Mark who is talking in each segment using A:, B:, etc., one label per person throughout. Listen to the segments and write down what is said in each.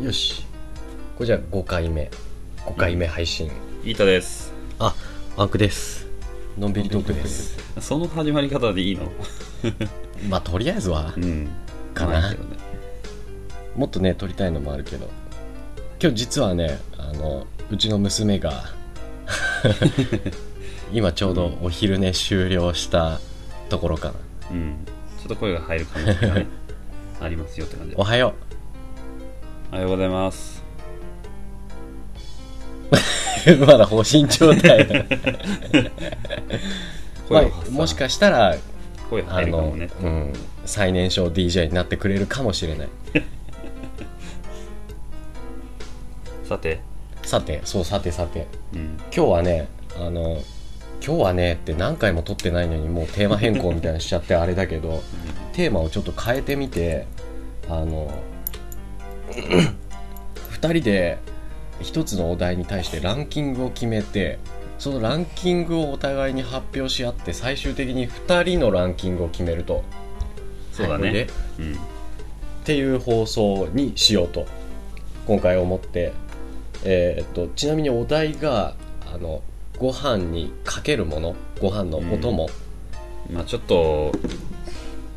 A: よしこれじゃあ5回目5回目配信
B: イータです
C: あ、アンクです。
A: のんびりトークです
B: その始まり方でいいの
C: まあ、とりあえずは
B: う、ん
C: かな
B: まあいいけどね
A: もっとね撮りたいのもあるけど今日実はねあのうちの 娘が今ちょうどお昼寝終了したところかな
B: うんちょっと声が入る可能性がねありますよって感じ
A: お
B: おは
A: はよ
B: ようございます
A: う まだ放心状 態だ、ま
B: 声を
A: あ、
B: 発散
A: もしかしたら
B: 声
A: あ
B: 入るか
A: の、
B: もね
A: うん、最年少 DJ になってくれるかもしれない
B: さて
A: さてそうさてさて
B: うん
A: 今日はねあの今日はねって何回も撮ってないのにもうテーマ変更みたいにしちゃってあれだけどテーマをちょっと変えてみてあの 2人で1つのお題に対してランキングを決めてそのランキングをお互いに発表し合って最終的に2人のランキングを決めると
B: そうだ
A: はいこれで
B: ね
A: っ
B: うん
A: ていう放送にしようと今回思って、えーっとちなみにお題があのご飯にかけるものご飯のお供、
B: まあちょっと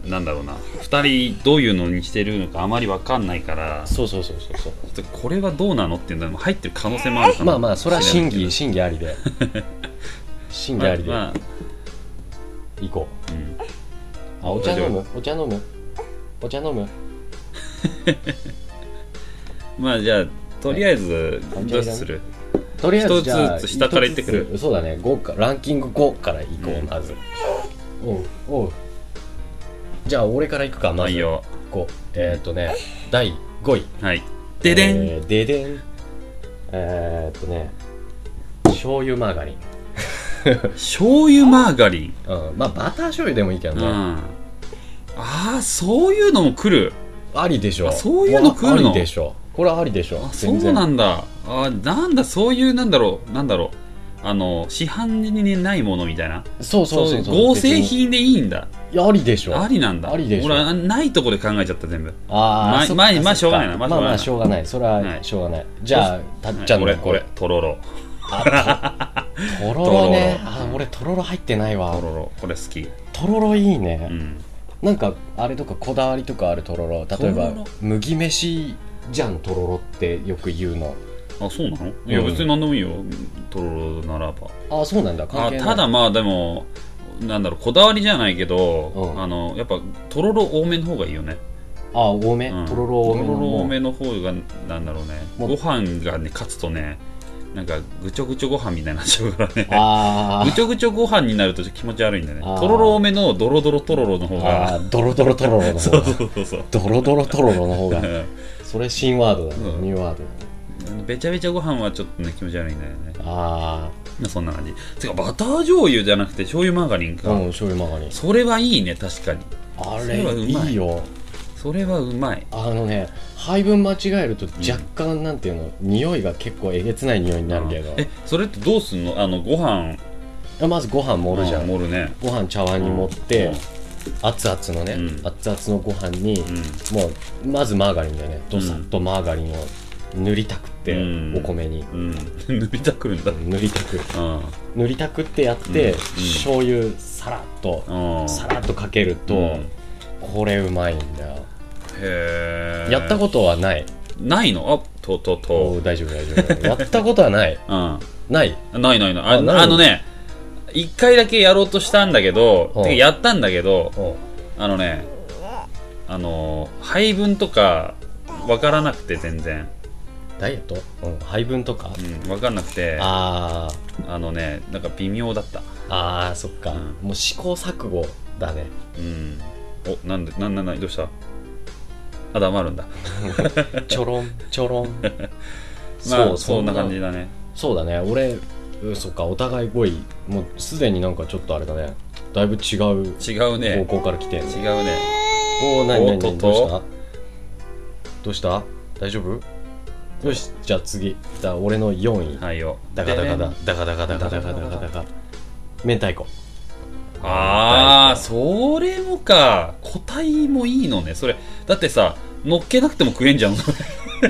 B: なんだろうな2人どういうのにしてるのかあまりわかんないからち
A: そうそうそうそうそう
B: ょっとこれはどうなのっていうのも入ってる可能性もあるかな
A: まあまあそれは審
B: 知ら
A: 議
B: ない
A: 審議ありで審議あり
B: けど
A: で
B: まあま
A: 行こう
B: あ
A: あ
B: うん
A: お茶
B: 大丈
A: 飲
B: 夫
A: むお茶飲むお茶飲む
B: まあじゃあとりあえず
A: はい
B: どうする
A: とりあえずじゃあ
B: 一つずつ下から行ってくる
A: 一つずつそうだね5かランキング5から行こう、
B: うん
A: まずおうおうじゃあ俺から行くかまず
B: 内容
A: 5えーっ、とね第5位
B: はいででん、
A: えーででんえーっとね醤油マーガリン、
B: 醤油マーガリン
A: うん、まあバター醤油でもいいけど
B: う
A: ね、
B: んああそういうのも来る
A: ありでしょ
B: あそういうの来るの
A: ありでしょこれはありでしょ
B: あそ
A: 全
B: う
A: 然
B: なんだあなんだそういうなんだろうなんだろうあの市販にないものみたいな
A: そうそうそうそう
B: 合成品でいいんだ
A: 別にいやありでしょ
B: ありなんだ
A: ありでしょ
B: 俺はないとこで考えちゃった全部
A: あ
B: ま
A: あ
B: あ
A: そっか
B: まあ
A: そっか
B: まあしょうがないな
A: ま
B: ま
A: あ
B: あ
A: まあし
B: し
A: ょうがないそれ
B: は
A: はいしょうがないじゃあたっちゃんの
B: 俺これとろろ
A: あととろろね
B: とろろ
A: あ俺 とろろ入ってない
B: と
A: わ
B: ろろこれ好き
A: とろろいいうね
B: ん
A: なんかあれとかこだわりとかあるとろろ例え
B: とろ
A: ば
B: ろ
A: 麦飯じゃんとろろってよく言うの
B: あそうなのいや
A: うん
B: 別に何でもいいよとろろならば
A: あそうなんだ関
B: あ
A: 係ない
B: ただまあでもなんだろうこだわりじゃないけど、
A: うん
B: あのやっぱとろろ多めの方がいいよね
A: あ多め
B: うん
A: とろろ多め
B: とろろ多
A: の
B: めの方がなんだろうね
A: も
B: ご
A: う
B: 飯がね勝つとねなんかぐちょぐちょご飯みたいになっちゃうからね
A: あ
B: ぐちょぐちょご飯になるとちょっと気持ち悪いんだよね
A: あー
B: とろろ多めのドロドロとろろの方
A: ああ
B: が
A: ードロドロとろろの方
B: そ
A: が
B: うそうそうそう
A: ドロドロとろろの方が
B: う
A: それ新ワードだね、
B: うん
A: ニューワードだね
B: んべちゃべちゃご飯はちょっとね気持ち悪いんだよね
A: あ
B: まあそんな感じてかバター醤油じゃなくて醤油マーガリン
A: あ
B: か、
A: うん醤油マガリン
B: それはいいね確かに
A: あ
B: そ
A: れ
B: れはうまい
A: いいよ
B: それはうまい
A: あのね配分間違えると若干なんていうの、匂いが結構えげつない匂いになるけど
B: うんえそれってどうすんのあのご飯
A: まずご飯盛るじゃん、
B: 盛るね
A: ご飯茶碗に盛って、熱々のね、
B: うん
A: 熱々のご飯に、
B: うん
A: もうまずマーガリンだよねどさっとマーガリンを塗りたくって、
B: うん
A: お米に
B: うん、うん、 塗りたくるんだ
A: 塗りたく
B: うん
A: 塗りたくってやって、
B: うんうん
A: 醤油さらっと、
B: うん
A: さらっとかけると、
B: うん
A: これうまいんだよ
B: へえ
A: やったことはない
B: ないのあとと
A: お
B: と
A: う大丈夫大丈夫 やったことはない
B: うん
A: ない
B: ないないないあ
A: あないの
B: あのね一回だけやろうとしたんだけど
A: うん
B: てかやったんだけど
A: おう
B: あのねあのー配分とかわからなくて全然、
A: ダイエット、うん、配分とか、
B: うん、わかんなくてあ
A: あー
B: のねなんか微妙だった
A: あーそっか、
B: うん
A: もう試行錯誤だね
B: うんおなんでなんなんなんどうしたあ黙るんだ
A: ちょろんちょろ ん
B: まあそんな感じだね
A: そうだね俺うんそっかお互い5位もうすでになんかちょっとあれだねだいぶ違う
B: 違う
A: 方
B: ね
A: 向から来てんね
B: 違うね
A: おお何何何
B: おっ
A: どう
B: とっ
A: し
B: と
A: たどうした大丈夫よしじゃあ次だ俺の4位
B: はいよ
A: ダカダカ
B: で
A: ダダカダカダカダカダカダカ明太子
B: ああそれもか個体もいいのねそれだってさ乗っけなくても食えんじゃん
A: い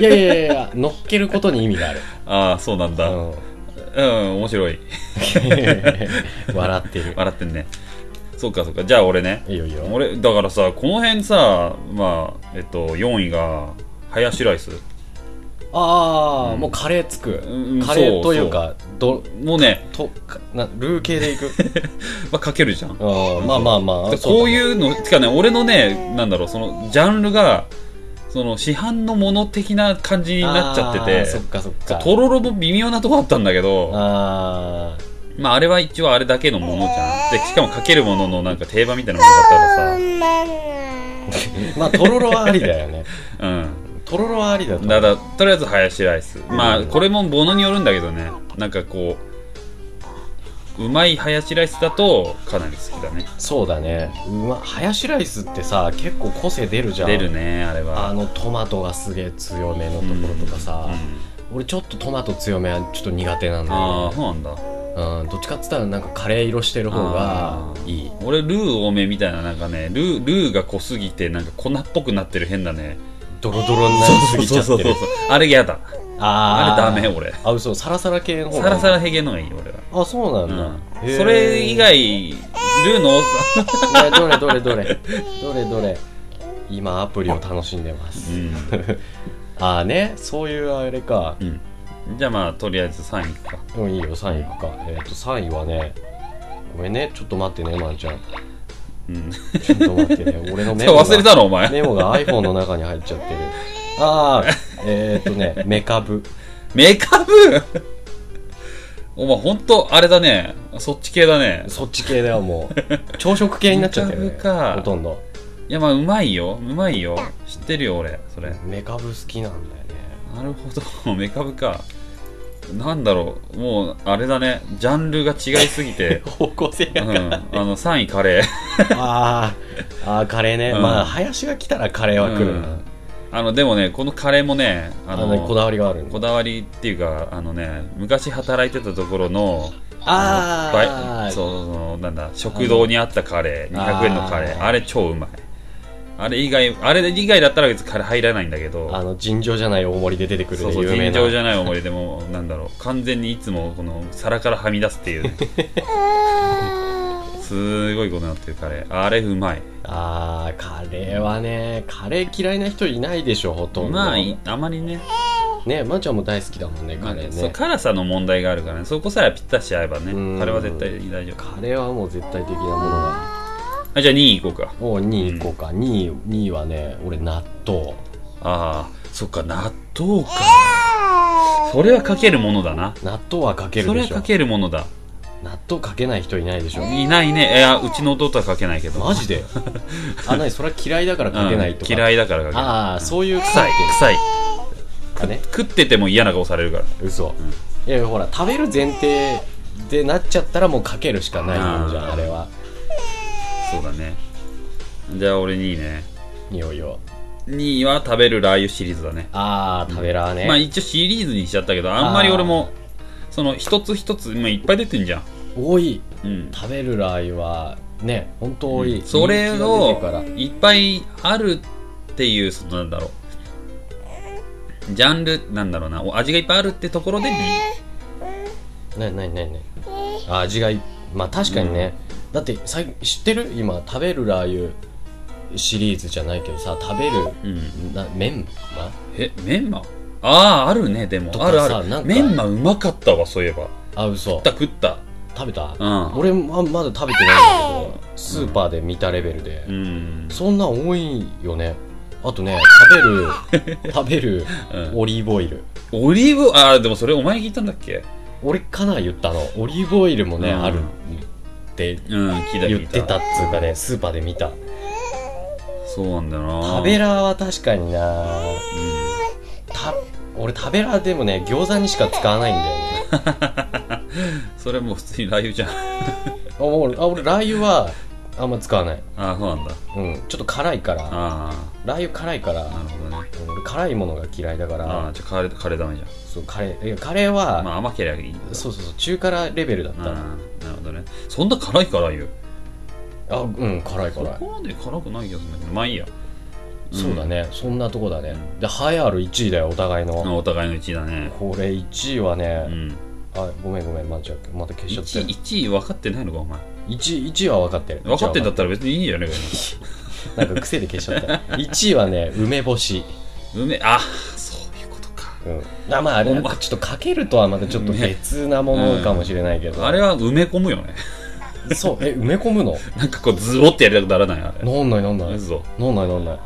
A: やいやいやい や乗っけることに意味がある
B: ああそうなんだうん
A: うん
B: 面白い
A: 笑ってる
B: 笑ってんねそうかそうかじゃあ俺ね
A: いいよいいよ
B: 俺だからさこの辺さまあえっと4位がハヤシライス
A: ああ、
B: うん
A: もうカレーつく、
B: うん
A: カレーというかど
B: もうね、
A: とかなルー系でいく
B: まあ、かけるじゃん
A: あーまあまあまあ
B: でこういうのてかね俺のねなんだろうそのジャンルがその市販のもの的な感じになっちゃって
A: あ
B: て
A: ーそっかそっか
B: とろろも微妙なとこあったんだけど
A: ああ
B: まああれは一応あれだけのものじゃんでしかもかけるもののなんか定番みたいなものだったからさ
A: まあとろろはありだ よね
B: うん
A: とろろはありだと思う
B: だからとりあえずハヤシライスまあ
A: うん
B: これもものによるんだけどねなんかこううまいハヤシライスだとかなり好きだね
A: そうだねうまハヤシライスってさ結構個性出るじゃん
B: 出るねあれは
A: あのトマトがすげえ強めのところとかさ、俺ちょっとトマト強めはちょっと苦手なんだ
B: ああ
A: よ
B: ー
A: ね
B: そうなんだ
A: うん、どっちかっつったらなんかカレー色してる方がいい
B: 俺ルー多めみたいななんかねルールーが濃すぎてなんか粉っぽくなってる変だね
A: ドロドロになりすぎちゃってる
B: あれやだあ
A: あー
B: れダメ俺
A: あ嘘サラサラ系の方
B: サラサ
A: ラ
B: ラヘゲのがいい俺は、
A: あそう
B: う
A: なん
B: ん
A: だ、へー
B: それ以外ルーの多さ、
A: ねどれどれどれどれどれ今アプリを楽しんでます ああねそういうあれか
B: うんうん、じゃあまあとりあえず3位か
A: うんいいよ3位行くかえっ、と3位はねごめんねちょっと待ってねまんちゃん
B: うん
A: ちょっと待ってね俺のメモが
B: 忘れたのお前
A: メモが iPhone の中に入っちゃ ってるああえっ、とねメカブ
B: メカブお前ほんとあれだねそっち系だね
A: そっち系ではもう朝食系になっちゃってる、ね、
B: メカブか
A: ほとんど
B: いやまあうまいようまいよ知ってるよ俺それ
A: メカブ好きなんだよね、
B: なるほど、メカブか。なんだろう、もうあれだね、ジャンルが違いすぎて
A: 方向性
B: う
A: が
B: ん、あの3位カレー。
A: あーあーカレーね、
B: うん
A: まあ林が来たらカレーは来るな、
B: うんあのでもね、このカレーもね、あ
A: あ
B: の
A: のこだわりがあるん
B: こ
A: だ
B: だわりっていうか、あのね、昔働いてたところの、
A: あ
B: ばい
A: あ
B: そうそうなんだ、食堂にあったカレー、
A: あの
B: 200円のカレー、
A: あー
B: あれ超うまい。あれ以外、あれ以外だったら別にカレー入らないんだけど、
A: あの尋常じゃない大盛りで出てくる
B: そう
A: ね
B: そう
A: 有名な
B: 尋常じゃない思い出もなんだろう完全にいつもこの皿からはみ出すっていうねすごいことになってるカレーあれうまい
A: ああカレーはねカレー嫌いな人いないでしょほとんど
B: まあいあまりね
A: ねまーちゃんも大好きだもんねカレー
B: そう
A: ね
B: 辛さの問題があるからねそこさえぴったし合えばね
A: うん
B: カレーは絶対に大丈夫
A: カレーはもう絶対的なものが
B: あじゃあ2位いこうか
A: お2位行こうか、2位2位はね俺納豆
B: ああそっか納豆かそれはかけるものだな
A: 納豆はかける
B: そ
A: で
B: れは
A: しょ
B: かけるものだ
A: 納豆かけない人いないでしょ
B: いないねいやうちの弟はかけないけど
A: マ ジであなにそれは嫌いだからかけないと
B: う
A: か、
B: ん嫌いだからかけない
A: ああそういう臭
B: 臭い
A: い
B: 臭い
A: かね
B: 食ってても嫌な顔されるから
A: 嘘、いやほら食べる前提でなっちゃったらもうかけるしかないもんじゃ
B: あ
A: ん
B: ー
A: あれは
B: そうだねじゃあ俺2位ね
A: 匂いを
B: 2位は食べるラー油シリーズだね
A: ああ食べらーね、
B: まあ一応シリーズにしちゃったけどあんまり俺もその一つ一つ、まあ、いっぱい出てんじゃん
A: 多い
B: うん
A: 食べるラー油はね本当多い、
B: それを
A: 人気が出てか
B: いっぱいあるっていうそのなんだろうジャンルなんだろうなお味がいっぱいあるってところで2
A: らななになになにあ味がいまあ確かにね、だってさい知ってる今食べるラー油シリーズじゃないけどさ食べる
B: 位うん
A: なメンマ
B: えメンマあああるねでも
A: とか
B: ある
A: さ
B: あ
A: なんか
B: るメンマうまかったわそういえば
A: あ嘘
B: 食った食っ
A: 食べた、
B: うん
A: 俺ままだ食べてないんだけどスーパーで見たレベルで、
B: たうん
A: そんなん多いよねあと ね食べる食べる
B: うん
A: オリーブオイル
B: オリーブああでもそれお前聞いたんだっけ
A: 俺かな言ったのオリーブオイルもね、
B: うん
A: あるって
B: うん聞いた
A: 言
B: 聞い
A: ってたっつうかねスーパーで見た
B: そうなんだよな
A: 食べらーは確かになた俺食べらーでもね餃子にしか使わないんだよね
B: それもう普通にラー油じゃん
A: あ俺あ俺ラー油はあんま使わない
B: ああそうなんだ
A: うんちょっと辛いからラ
B: あ
A: ー油辛いから
B: あなるほどね
A: うん俺辛いものが嫌いだから
B: ああじゃあカレーカレーダメじゃ
A: そうカレーいやカレーは、
B: んまあ甘けりゃいいんだ
A: そうそうそう中辛レベルだっ
B: あ
A: た
B: あ
A: あ
B: なるほどねそんな辛いから言う
A: うん辛い辛い
B: そこまで辛くない気がするんだけどまあいいや
A: そうだねそんなとこだねで栄えある1位だよお互いの
B: お互いの1位だね。
A: これ1位は
B: う
A: ね
B: ん。
A: あごめんごめんマンチャックまた消しちゃ
B: 1
A: っ
B: 位、
A: て
B: 1位分かってないのか、お前。
A: 1位1位は分かってる
B: 分かってんだ
A: っ
B: ったら別にいいんじゃねえか
A: たなんか癖で消しちゃった1位はね梅干し
B: 今。梅、あ、そういうことか。
A: うんあまああれ
B: ほんま
A: ちょっとかけるとはまたちょっと別なものかもしれないけど、
B: あれは埋め込むよね。
A: そうえ埋め込むの
B: なんかこう、ズボってやりたくならない、あれ。
A: なんないなんない
B: 嘘。
A: なんないなんない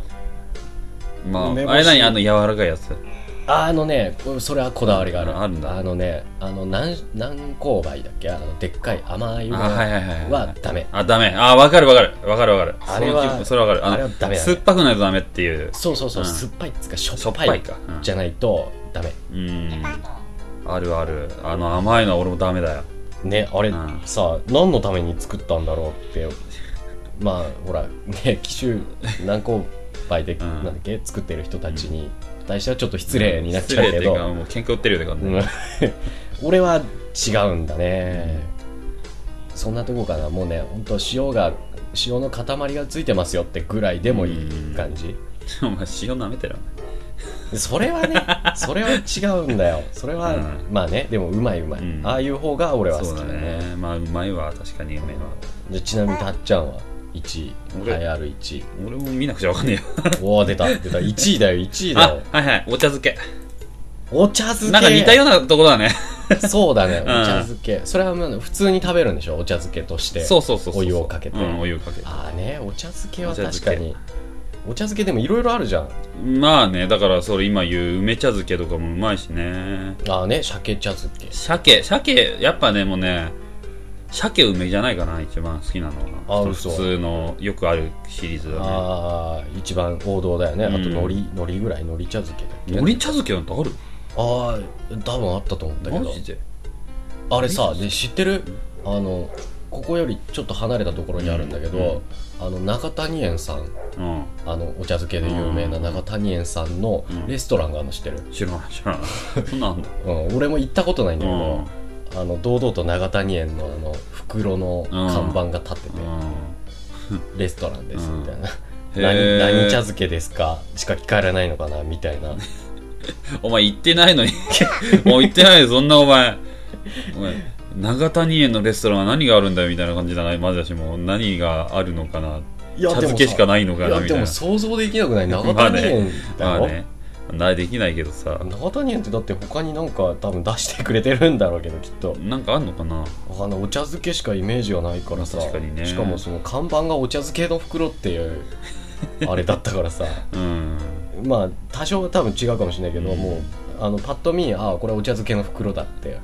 B: ま
A: 梅
B: あ、
A: 干し
B: あれ何あの柔らかいやつ。
A: ああのねこれそれはこだわりがある
B: ああるんだ
A: のねあの南南高梅だっけあのでっかい甘い梅
B: あ、はいはいはいはい。
A: はダメ
B: あ、ダメ。あ、わかるわかる。わかるわかる。
A: あれは
B: その気分それわかる。
A: あれはダメだね
B: 酸っぱくないとダメっていう。
A: そうそうそう、
B: うん
A: 酸っぱいっつうかし
B: し
A: ょ
B: ょ
A: っ
B: っ
A: ぱ
B: ぱ
A: い
B: いか。
A: じゃないとダメ
B: うん。うんあるある。あの、甘いのは俺もダメだよ。
A: ねあれ、
B: うん
A: さ何のために作ったんだろうってまあほらね紀州南高梅で、
B: ん
A: なんだっけ作ってる人たちに対してはちょっと失礼になっちゃうけ
B: 失礼ってい
A: ど、
B: かもう喧嘩売ってるよね、完全に
A: うん 俺は違うんだね、そんなとこかなもうねほんと塩が塩の塊がついてますよってぐらいでもいい感じ、
B: お前塩舐めてる
A: それはね それは違うんだよそれは、
B: うん
A: まあねでもうまいうまい、
B: うん
A: ああいう方が俺は好
B: そう
A: き
B: だ
A: だ
B: ね
A: ね
B: まあうまいわ確かにうめえわ
A: じゃあちなみにたっちゃんは1位
B: 俺
A: 栄えある1位
B: 俺も見なくちゃわかんね
A: おお出た出た1位だよ1位
B: えよ
A: だ
B: あ
A: よ
B: はいはいお茶漬け
A: お茶漬け
B: なんか似たようなところだね
A: そうだね、
B: ん
A: お茶漬けそれはもう普通に食べるんでしょお茶漬けとして
B: そうそうそうそ
A: お
B: う
A: 湯をかけて
B: うんお湯をかけて
A: ああねお茶漬けは
B: お茶
A: 確
B: 漬け
A: かにお茶漬けでもいろいろあるじゃん
B: まあねだからそれ今言う梅茶漬けとかもうまいしね
A: ああね鮭茶漬け
B: 鮭鮭やっぱねもうね鮭梅じゃないかな一番好きなの
A: あ
B: はその
A: 嘘
B: 普通のよくあるシリーズだね
A: ああ一番王道だよねあと
B: うん
A: 海苔海苔ぐらい海苔茶漬けだっけ
B: 海苔茶漬けなんてある
A: ああ多分あったと思うんだけ
B: マ
A: ど
B: ジで
A: あれさで知ってるあのここよりちょっと離れたところにあるんだけど、あの中谷園さん
B: うん
A: あのお茶漬けで有名な中谷園さんの
B: うん
A: レストランがあるの知ってる、
B: 知らない知らない そんなんあんだ
A: うん、俺も行ったことないん
B: う
A: だけ
B: ん
A: ど、あの堂々と長谷園のあの袋の看板が立ってて、
B: うん
A: レストランですみたいな、
B: うんへ
A: 何
B: ー
A: 何茶漬けですかしか聞かれないのかなみたいな
B: お前行ってないのに もう行ってないよそんなお前お前長谷園のレストランは何があるんだよみたいな感じだなまずだしもう何があるのかない茶漬けしか
A: い
B: ないのか
A: いや
B: なみ
A: で
B: たい
A: も
B: な
A: 想像できなくない長谷園だ
B: ま
A: よ、
B: あねなできないけどさ
A: 長谷園ってだって他になんか多分出してくれてるんだろうけどきっと
B: なんかあんのかな
A: あのお茶漬けしかイメージがないからさ
B: 確かにね
A: しかもその看板がお茶漬けの袋っていうあれだったからさ
B: うん
A: まあ多少は多分違うかもしれないけど、
B: うん
A: もうあのパッと見ああこれお茶漬けの袋だって
B: うん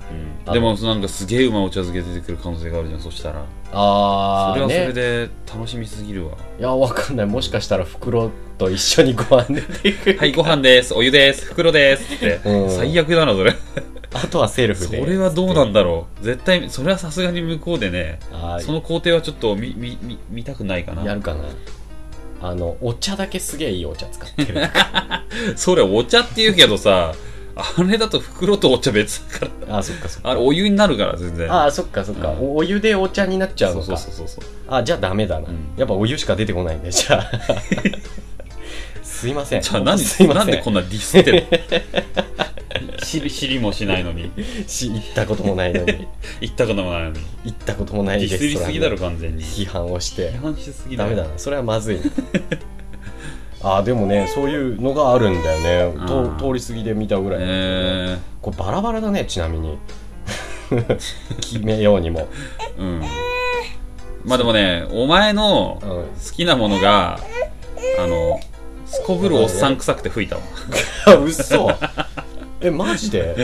A: あの
B: でもなんかすげえうまいお茶漬け出てくる可能性があるじゃんそしたら
A: ああ
B: それはそれ
A: ね、
B: で楽しみすぎるわ
A: いやわかんないもしかしたら袋と一緒にご飯出てくる
B: はいご飯ですお湯です袋ですって
A: うん
B: 最悪だなそれ
A: あとはセルフ
B: そ
A: で
B: れはどうなんだろう絶対それはさすがに向こうでね
A: あー
B: その工程はちょっと見見見見たくないか
A: や
B: な。
A: るかなあのお茶だけすげえいいお茶使って る
B: それお茶って言うけどさ、あれだと袋とお茶別だから。
A: あそっかそっか
B: あれお湯になるから全然。
A: ああそっかそっか、
B: うん
A: おお湯でお茶になっちゃう
B: そ
A: の
B: う
A: か
B: そうそうそうそう。
A: あじゃあダメだな、
B: うん
A: やっぱお湯しか出てこないんでじゃあすいません
B: じゃあなん
A: すい
B: で
A: ませ
B: なんんでこんなディスってるの 知り知りもしないのに
A: し行ったこともないの に
B: 行ったこともないのに
A: 行ったこともな
B: デ
A: い
B: ィ
A: レ
B: スり
A: ストラ
B: す
A: ン
B: ぎ
A: に
B: だろ完全に
A: 批判をして
B: 批判しすぎ
A: ダ
B: だ
A: メ
B: ろ
A: だなそれはまずいな あーでもねそういうのがあるんだよねと
B: あー
A: 通り過ぎで見たぐらいなんだけどね、
B: え
A: これバラバラだねちなみ に決めようにも、
B: ー、うんまあでもねお前の
A: うん、
B: 好きなものがあのすこぶるおっさん臭くて吹いたわ
A: うっそえマジで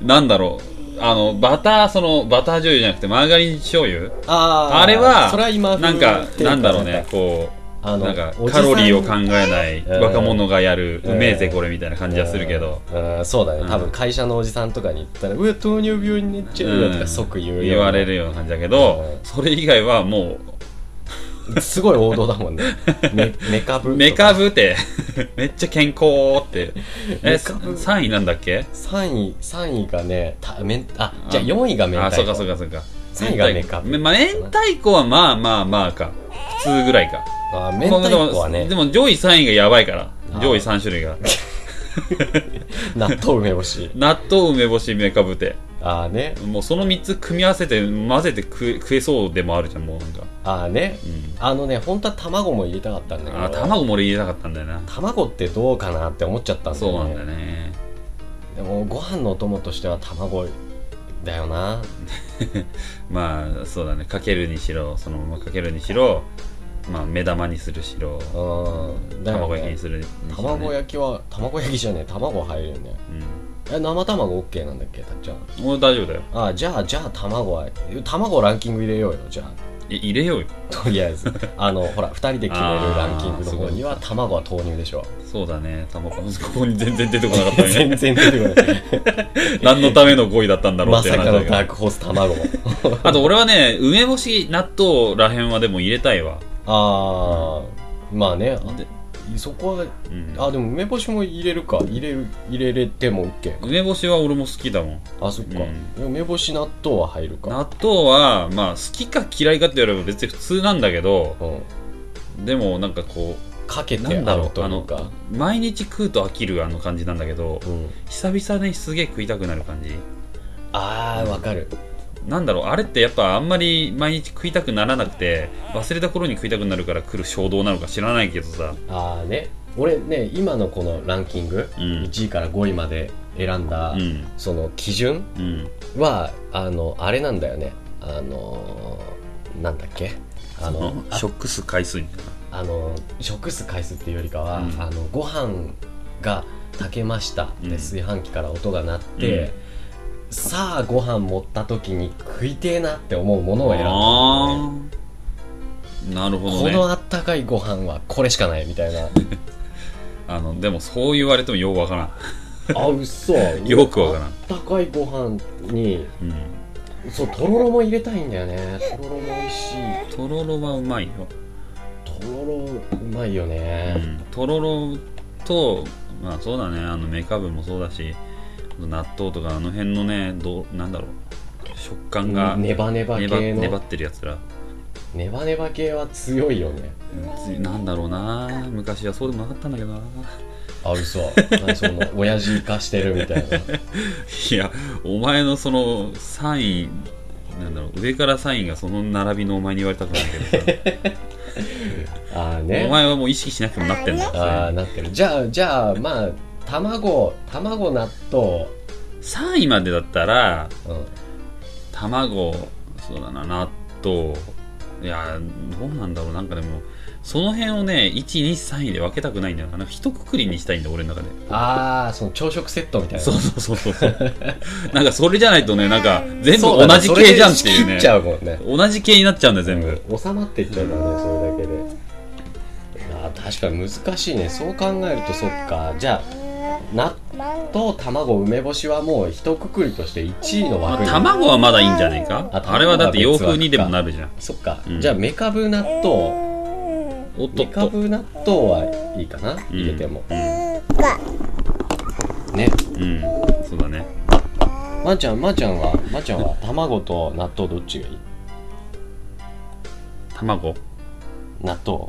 B: なんだろう、あの、バター、その、バター醤油じゃなくて、マーガリン醤油
A: あー
B: あれは、
A: それは今風
B: なんか
A: って、いう
B: なんだろうね、こう、
A: あの
B: なんか
A: お、じさ
B: カ
A: ん
B: ロリーを考えない、
A: うん
B: 若者がやる、
A: うん
B: うめえぜ、これ、みたいな感じはするけど、
A: うんうんそうだ
B: う
A: ね
B: ん
A: 多分会社のおじさんとかに言ったら「うわ糖尿病になっちゃうよ」とか即言うよ、
B: 言われるような感じだけど、
A: う
B: それ以外はも
A: すごい王道だもん ねメメカ
B: う、
A: ブ
B: メカブって、 めっちゃ健康って、え、
A: メカブ
B: 3位なんだっけ
A: 3位三位がねためんあじゃあ
B: あ
A: 4位が明
B: あ、
A: 太
B: そう
A: 子
B: かそうかそうか。
A: 三位がメカブ
B: めまあ、明太子はまあまあまあか。普通ぐらいか。
A: あ明太子はね
B: でも、でも上位3位がやばいから。上位3種類が
A: 納豆梅干し
B: 納豆梅干しめかぶて
A: ああね
B: もうその3つ組み合わせて混ぜて食え食えそうでもあるじゃんもうなんか、
A: ああね
B: うん、
A: あのね本当は卵も入れたかったんだけど
B: あ卵も俺入れたかったんだよな
A: 卵ってどうかなって思っちゃったんだ
B: そう
A: よ
B: な
A: ね
B: んだね
A: でもご飯のお供としては卵だよな
B: まあそうだねかけるにしろそのままかけるにしろまあ目玉にするしろ
A: うんだよ
B: 卵焼き
A: ね
B: にするにしろ、ね、
A: 卵焼きは卵焼きじゃねえ卵入るよねえ生卵 OK なんだっけたっちゃん
B: うんもう大丈夫だよ
A: ああじゃあじゃあ卵は卵ランキング入れようよじゃ
B: い入れようよ
A: あ とりあえずあのほら2人で決めるランキングの方には卵は投入でしょ
B: そうだね卵ここに全然出てこなかったね
A: 全然出てこない
B: 何のための5位だったんだろう
A: ま
B: っていう
A: さ
B: 話
A: か
B: だ
A: の
B: けど
A: ダークホース卵 も
B: あと俺はね梅干し納豆らへんはでも入れたいわ
A: ああまあね
B: で
A: あそこは
B: うん
A: あでも梅干しも入れるか入れる入れれても OK か
B: 梅干しは俺も好きだもん
A: あそっか
B: うん、
A: でも梅干し納豆は入るか
B: 納豆はまあ好きか嫌いかって言われれば別に普通なんだけど
A: うん
B: でもなんかこう
A: かけて
B: なんだ
A: あ
B: ろ
A: る
B: う
A: と
B: あ
A: い
B: の
A: うか
B: 毎日食うと飽きるあの感じなんだけど
A: うん
B: 久々にすげえ食いたくなる感じ
A: ああわかる
B: なんだろうあれってやっぱあんまり毎日食いたくならなくて忘れた頃に食いたくなるから来る衝動なのか知らないけどさ
A: ああね俺ね今のこのランキング、
B: うん
A: 1位から5位まで選んだ、
B: うん
A: その基準
B: うん
A: はあのあれなんだよねあのーなんだっけあのあ
B: 食す回数みたいな
A: あの食す回数っていうよりかは、
B: うん
A: あのご飯が炊けましたで、
B: うん
A: 炊飯器から音が鳴って、
B: うん
A: さあご飯持った時に食いてえなって思うものを選んだんだよね、
B: あーなるほど
A: こ
B: ね
A: のあったかいご飯はこれしかないみた いな
B: あのでもそう言われてもよくわからん
A: あ嘘
B: よくわからん
A: あったかいご飯に
B: うん
A: そうとろろも入れたいんだよねとろろも美味しい
B: とろろはうまいよ、
A: とろろうまいよ
B: う
A: ね、
B: ん、とろろとまあそうだねあのメカブもそうだし納豆とかあの辺のねどうなんだろう食感が
A: ネ
B: 粘
A: バネバ系のネ
B: 粘
A: バ
B: ってるやつら
A: ネバ系は強いよね
B: なんだろうな昔はそうでもなかったんだけどな
A: あ嘘何その親父化してるみたいない
B: やお前のそのサインなんだろう上からサインがその並びのお前に言われたくないけどさ、
A: あー
B: お
A: ね
B: 前はもう意識しなくてもなってんだ
A: あーなってるじゃあじゃあまあ卵卵納豆
B: 3位までだったら
A: うん
B: 卵そうだな納豆いやどうなんだろうなんかでもその辺をね123位で分けたくないんだよななんか一括りにしたいんだ俺の中で
A: ああその朝食セットみたいな
B: そうそうそうそうそうなんかそれじゃないとねなんか全部
A: そうだね
B: 同じ系じゃんっていう
A: それで仕切
B: ね
A: っちゃうもんね
B: 同じ系になっちゃうんだよ全部
A: うん収まっていっちゃうからねそれだけであー確かに難しいねそう考えるとそっかじゃあ納豆卵梅干しはもう一括りとして1位の枠に、
B: 卵はまだいいんじゃないか
A: あ
B: あれはだって洋風にでもなるじゃん
A: そっか、
B: うん
A: じゃあメカブ納豆
B: おっと
A: メ
B: っ
A: カ
B: と
A: ブ納豆はいいかな入れても、
B: うん、
A: ね
B: うん、そうだね
A: まー、ちゃんまー、ちゃんはまー、ちゃんは卵と納豆どっちがいい
B: 卵
A: 納 豆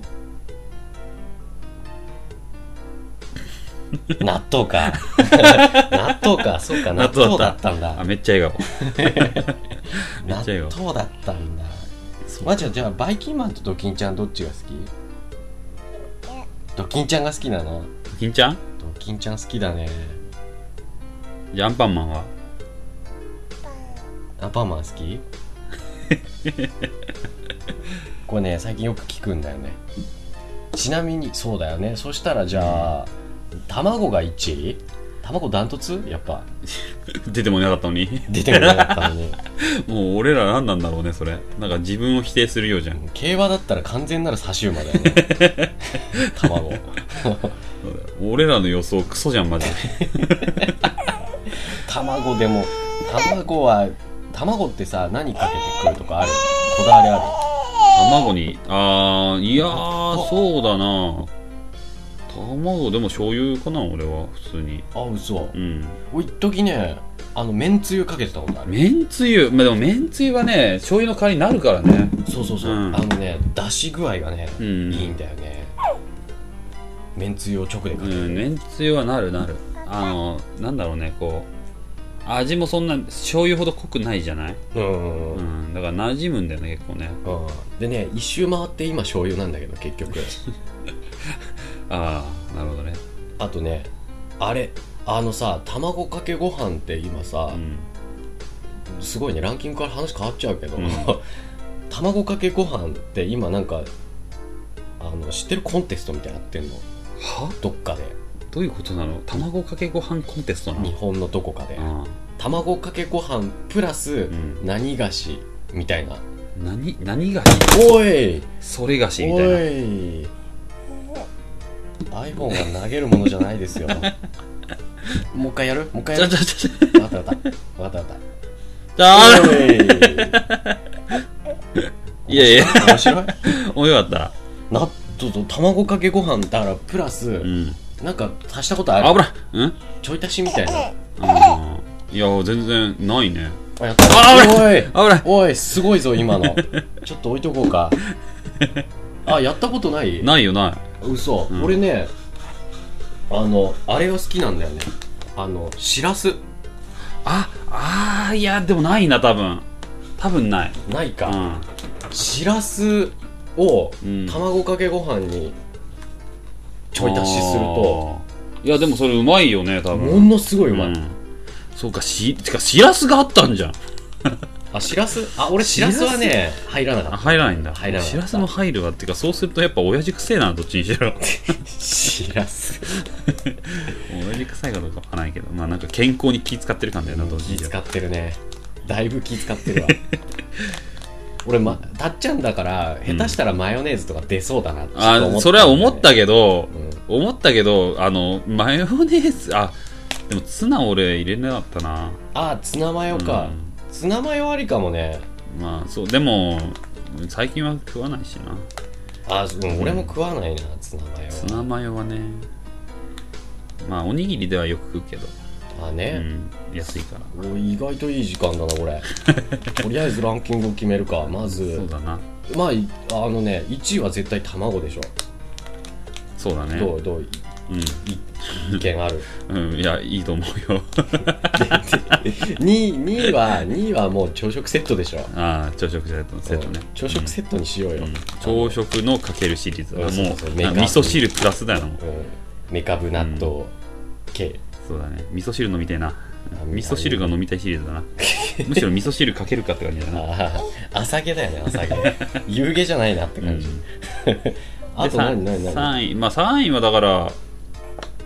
A: 納豆 か納豆かそうか納豆だったんだ
B: あめっちゃ笑顔め
A: 納
B: っちゃ笑顔
A: 豆だったんだまあ、じゃあじゃあバイキンマンとドキンちゃんどっちが好きドキンちゃんが好きなの
B: 金ちゃん
A: ドキンちゃん好きだね
B: じゃあアンパンマンは
A: アンパンマン好き これね最近よく聞くんだよねちなみにそうだよねそしたらじゃあ卵が1位卵ダントツやっぱ
B: 出てもいなかったのに
A: 出てこなかった のに
B: もう俺ら何なんだろうねそれなんか自分を否定するようじゃん
A: 競馬だったら完全なる差し馬だよね 卵
B: 俺らの予想クソじゃんマジ で
A: 卵でも卵は卵ってさ何かけてくるとかあるこだわりある
B: 卵にあーいやーそうだな卵でも醤油かな俺は普通に
A: あ嘘
B: うん
A: お一時ねあのめんつゆかけてたことある
B: めんつゆまあでもめんつゆはね醤油の代わりになるからね
A: そうそうそう、
B: うん
A: あのね出し具合がね、
B: うん
A: いいんだよねめんつゆを直でか
B: う
A: ける、
B: んめんつゆはなるなるあのなんだろうねこう味もそんな醤油ほど濃くないじゃない、
A: うんうんう
B: う
A: ん
B: ん、だから馴染むんだよね結構ね
A: でね一周回って今醤油なんだけど結局
B: ああなるほどね
A: あとねあれあのさ卵かけご飯って今さ、
B: うん
A: すごいねランキングから話変わっちゃうけど、
B: うん
A: 卵かけご飯って今なんかあの知ってるコンテストみたいなのやってんの
B: は
A: どっかで
B: どういうことなの卵かけご飯コンテストな
A: 日
B: の
A: 本のどこかで、
B: あ
A: 卵かけご飯プラス
B: ん
A: 何菓子みたいな、
B: あ何何菓子
A: おい
B: それ菓子み
A: お
B: たいない
A: iPhone は投げるものじゃないです よもう一回やるもう一回
B: ち
A: や
B: ょ
A: る
B: ちょちょちょ
A: わかったわかったわかったわかっ
B: あ
A: たお
B: いやいや
A: い面白 い
B: 面白かった
A: 納豆と卵かけご飯だからプラス、
B: うん
A: なんか足したことある
B: 危ないうん
A: ちょい足しみたいなあ
B: あーいや全然ないね
A: やった
B: あ危
A: おい
B: 危ない
A: おいすごいぞ今 のちょっと置いとこうかあやったことない
B: ないよな
A: 嘘、
B: うん
A: 俺ねあのあれが好きなんだよねあのしらす
B: いああーいやでもないな多分多分ない
A: ないか、
B: あ
A: しらすを
B: うん
A: 卵かけご飯にちょい足しすると
B: いやでもそれうまいよね多
A: も
B: 分
A: のすごいうまい、
B: うんそうかしてかしらすがあったんじゃん
A: あしらすあ俺しらすはね入らなか
B: あ
A: っ
B: 入らないんだ
A: 入らなかった
B: しらすも入るわっていうかそうするとやっぱ親父くせえなどっちにし ろ
A: たしらす
B: 親父臭いかどうかわからないけどまあなんか健康に気使ってる感だよなどっち
A: 気
B: にしろ
A: 使ってるねだいぶ気使ってる わ俺、ま、たっちゃんだから下手したらマヨネーズとか出そうだなってちょっと思
B: あそれは思った
A: け
B: け
A: ど、
B: ど
A: うん
B: 思ったけどあのマヨネーズあでもツナ俺入れなかったな
A: あツナマヨか、
B: うん
A: ツナマヨありかもね
B: まあそうでも最近は食わないしな
A: あ、うん、俺も食わないなツナマヨ
B: ツナマヨはねまあおにぎりではよく食うけど、
A: あ
B: う
A: ね、
B: ん、安いから
A: おい意外といい時間だなこれ とりあえずランキングを決めるかまず
B: そうだな
A: まあいあのね1位は絶対卵でしょ、
B: そうだね
A: どうどうい意見ある
B: うん、うん、いやいいと思うよ
A: 2, 位2位は2位はもう朝食セットでしょ
B: ああ朝食セットセットね
A: うん朝食セットにしようよ、
B: うん朝食のかけるシリーズ
A: うん
B: もう
A: そうそうメ
B: な
A: カ
B: 味噌汁プラスだよなもう
A: うんメカブ納豆系、
B: そうだね味噌汁飲みたいな
A: あ
B: 味噌汁が飲みたいシリー ズだなむしろ味噌汁かけるかって感じだな
A: ああ朝毛だよね朝毛 夕毛じゃないなって
B: うん
A: 感じ、あと何何何
B: 3位まあ3位はだから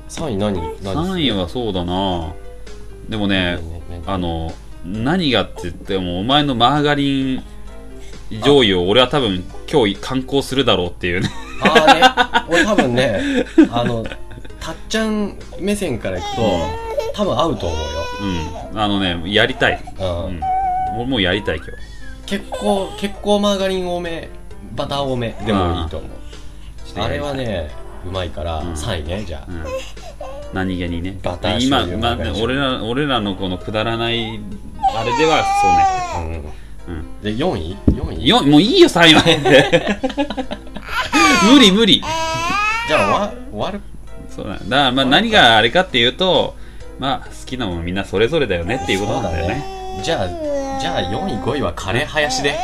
A: 3位何何
B: 3位はそうだなでもね
A: 何何
B: あの何がって言ってもお前のマーガリン醤油を俺は多分今日観光するだろうっていうね
A: ああね俺多分ねあのたっちゃん目線からいくと多分合うと思
B: うんあのねやりたい、
A: うよ、
B: う
A: うん
B: ん、俺もうやりたい今日
A: 結構結構マーガリン多めバター多めでもいいと思う
B: ちょっと
A: あ
B: やり
A: れ
B: たい
A: はねうまいから
B: うん
A: 3位ねじゃあ、
B: うん何気にね
A: バター醤
B: 今、
A: 油
B: まあ
A: マーガリン
B: 俺ら俺らのこのくだらないあれでは
A: うん
B: そうね、
A: で4位 ?4
B: うん、
A: 位
B: よもういいよ3位は 無理無理
A: じゃあ終わ終わる
B: そうだだからまあ何があれかっていうとまあ好きなものみんなそれぞれだよねっていうことなんだよね
A: じゃあじゃあ4位5位はカレー林で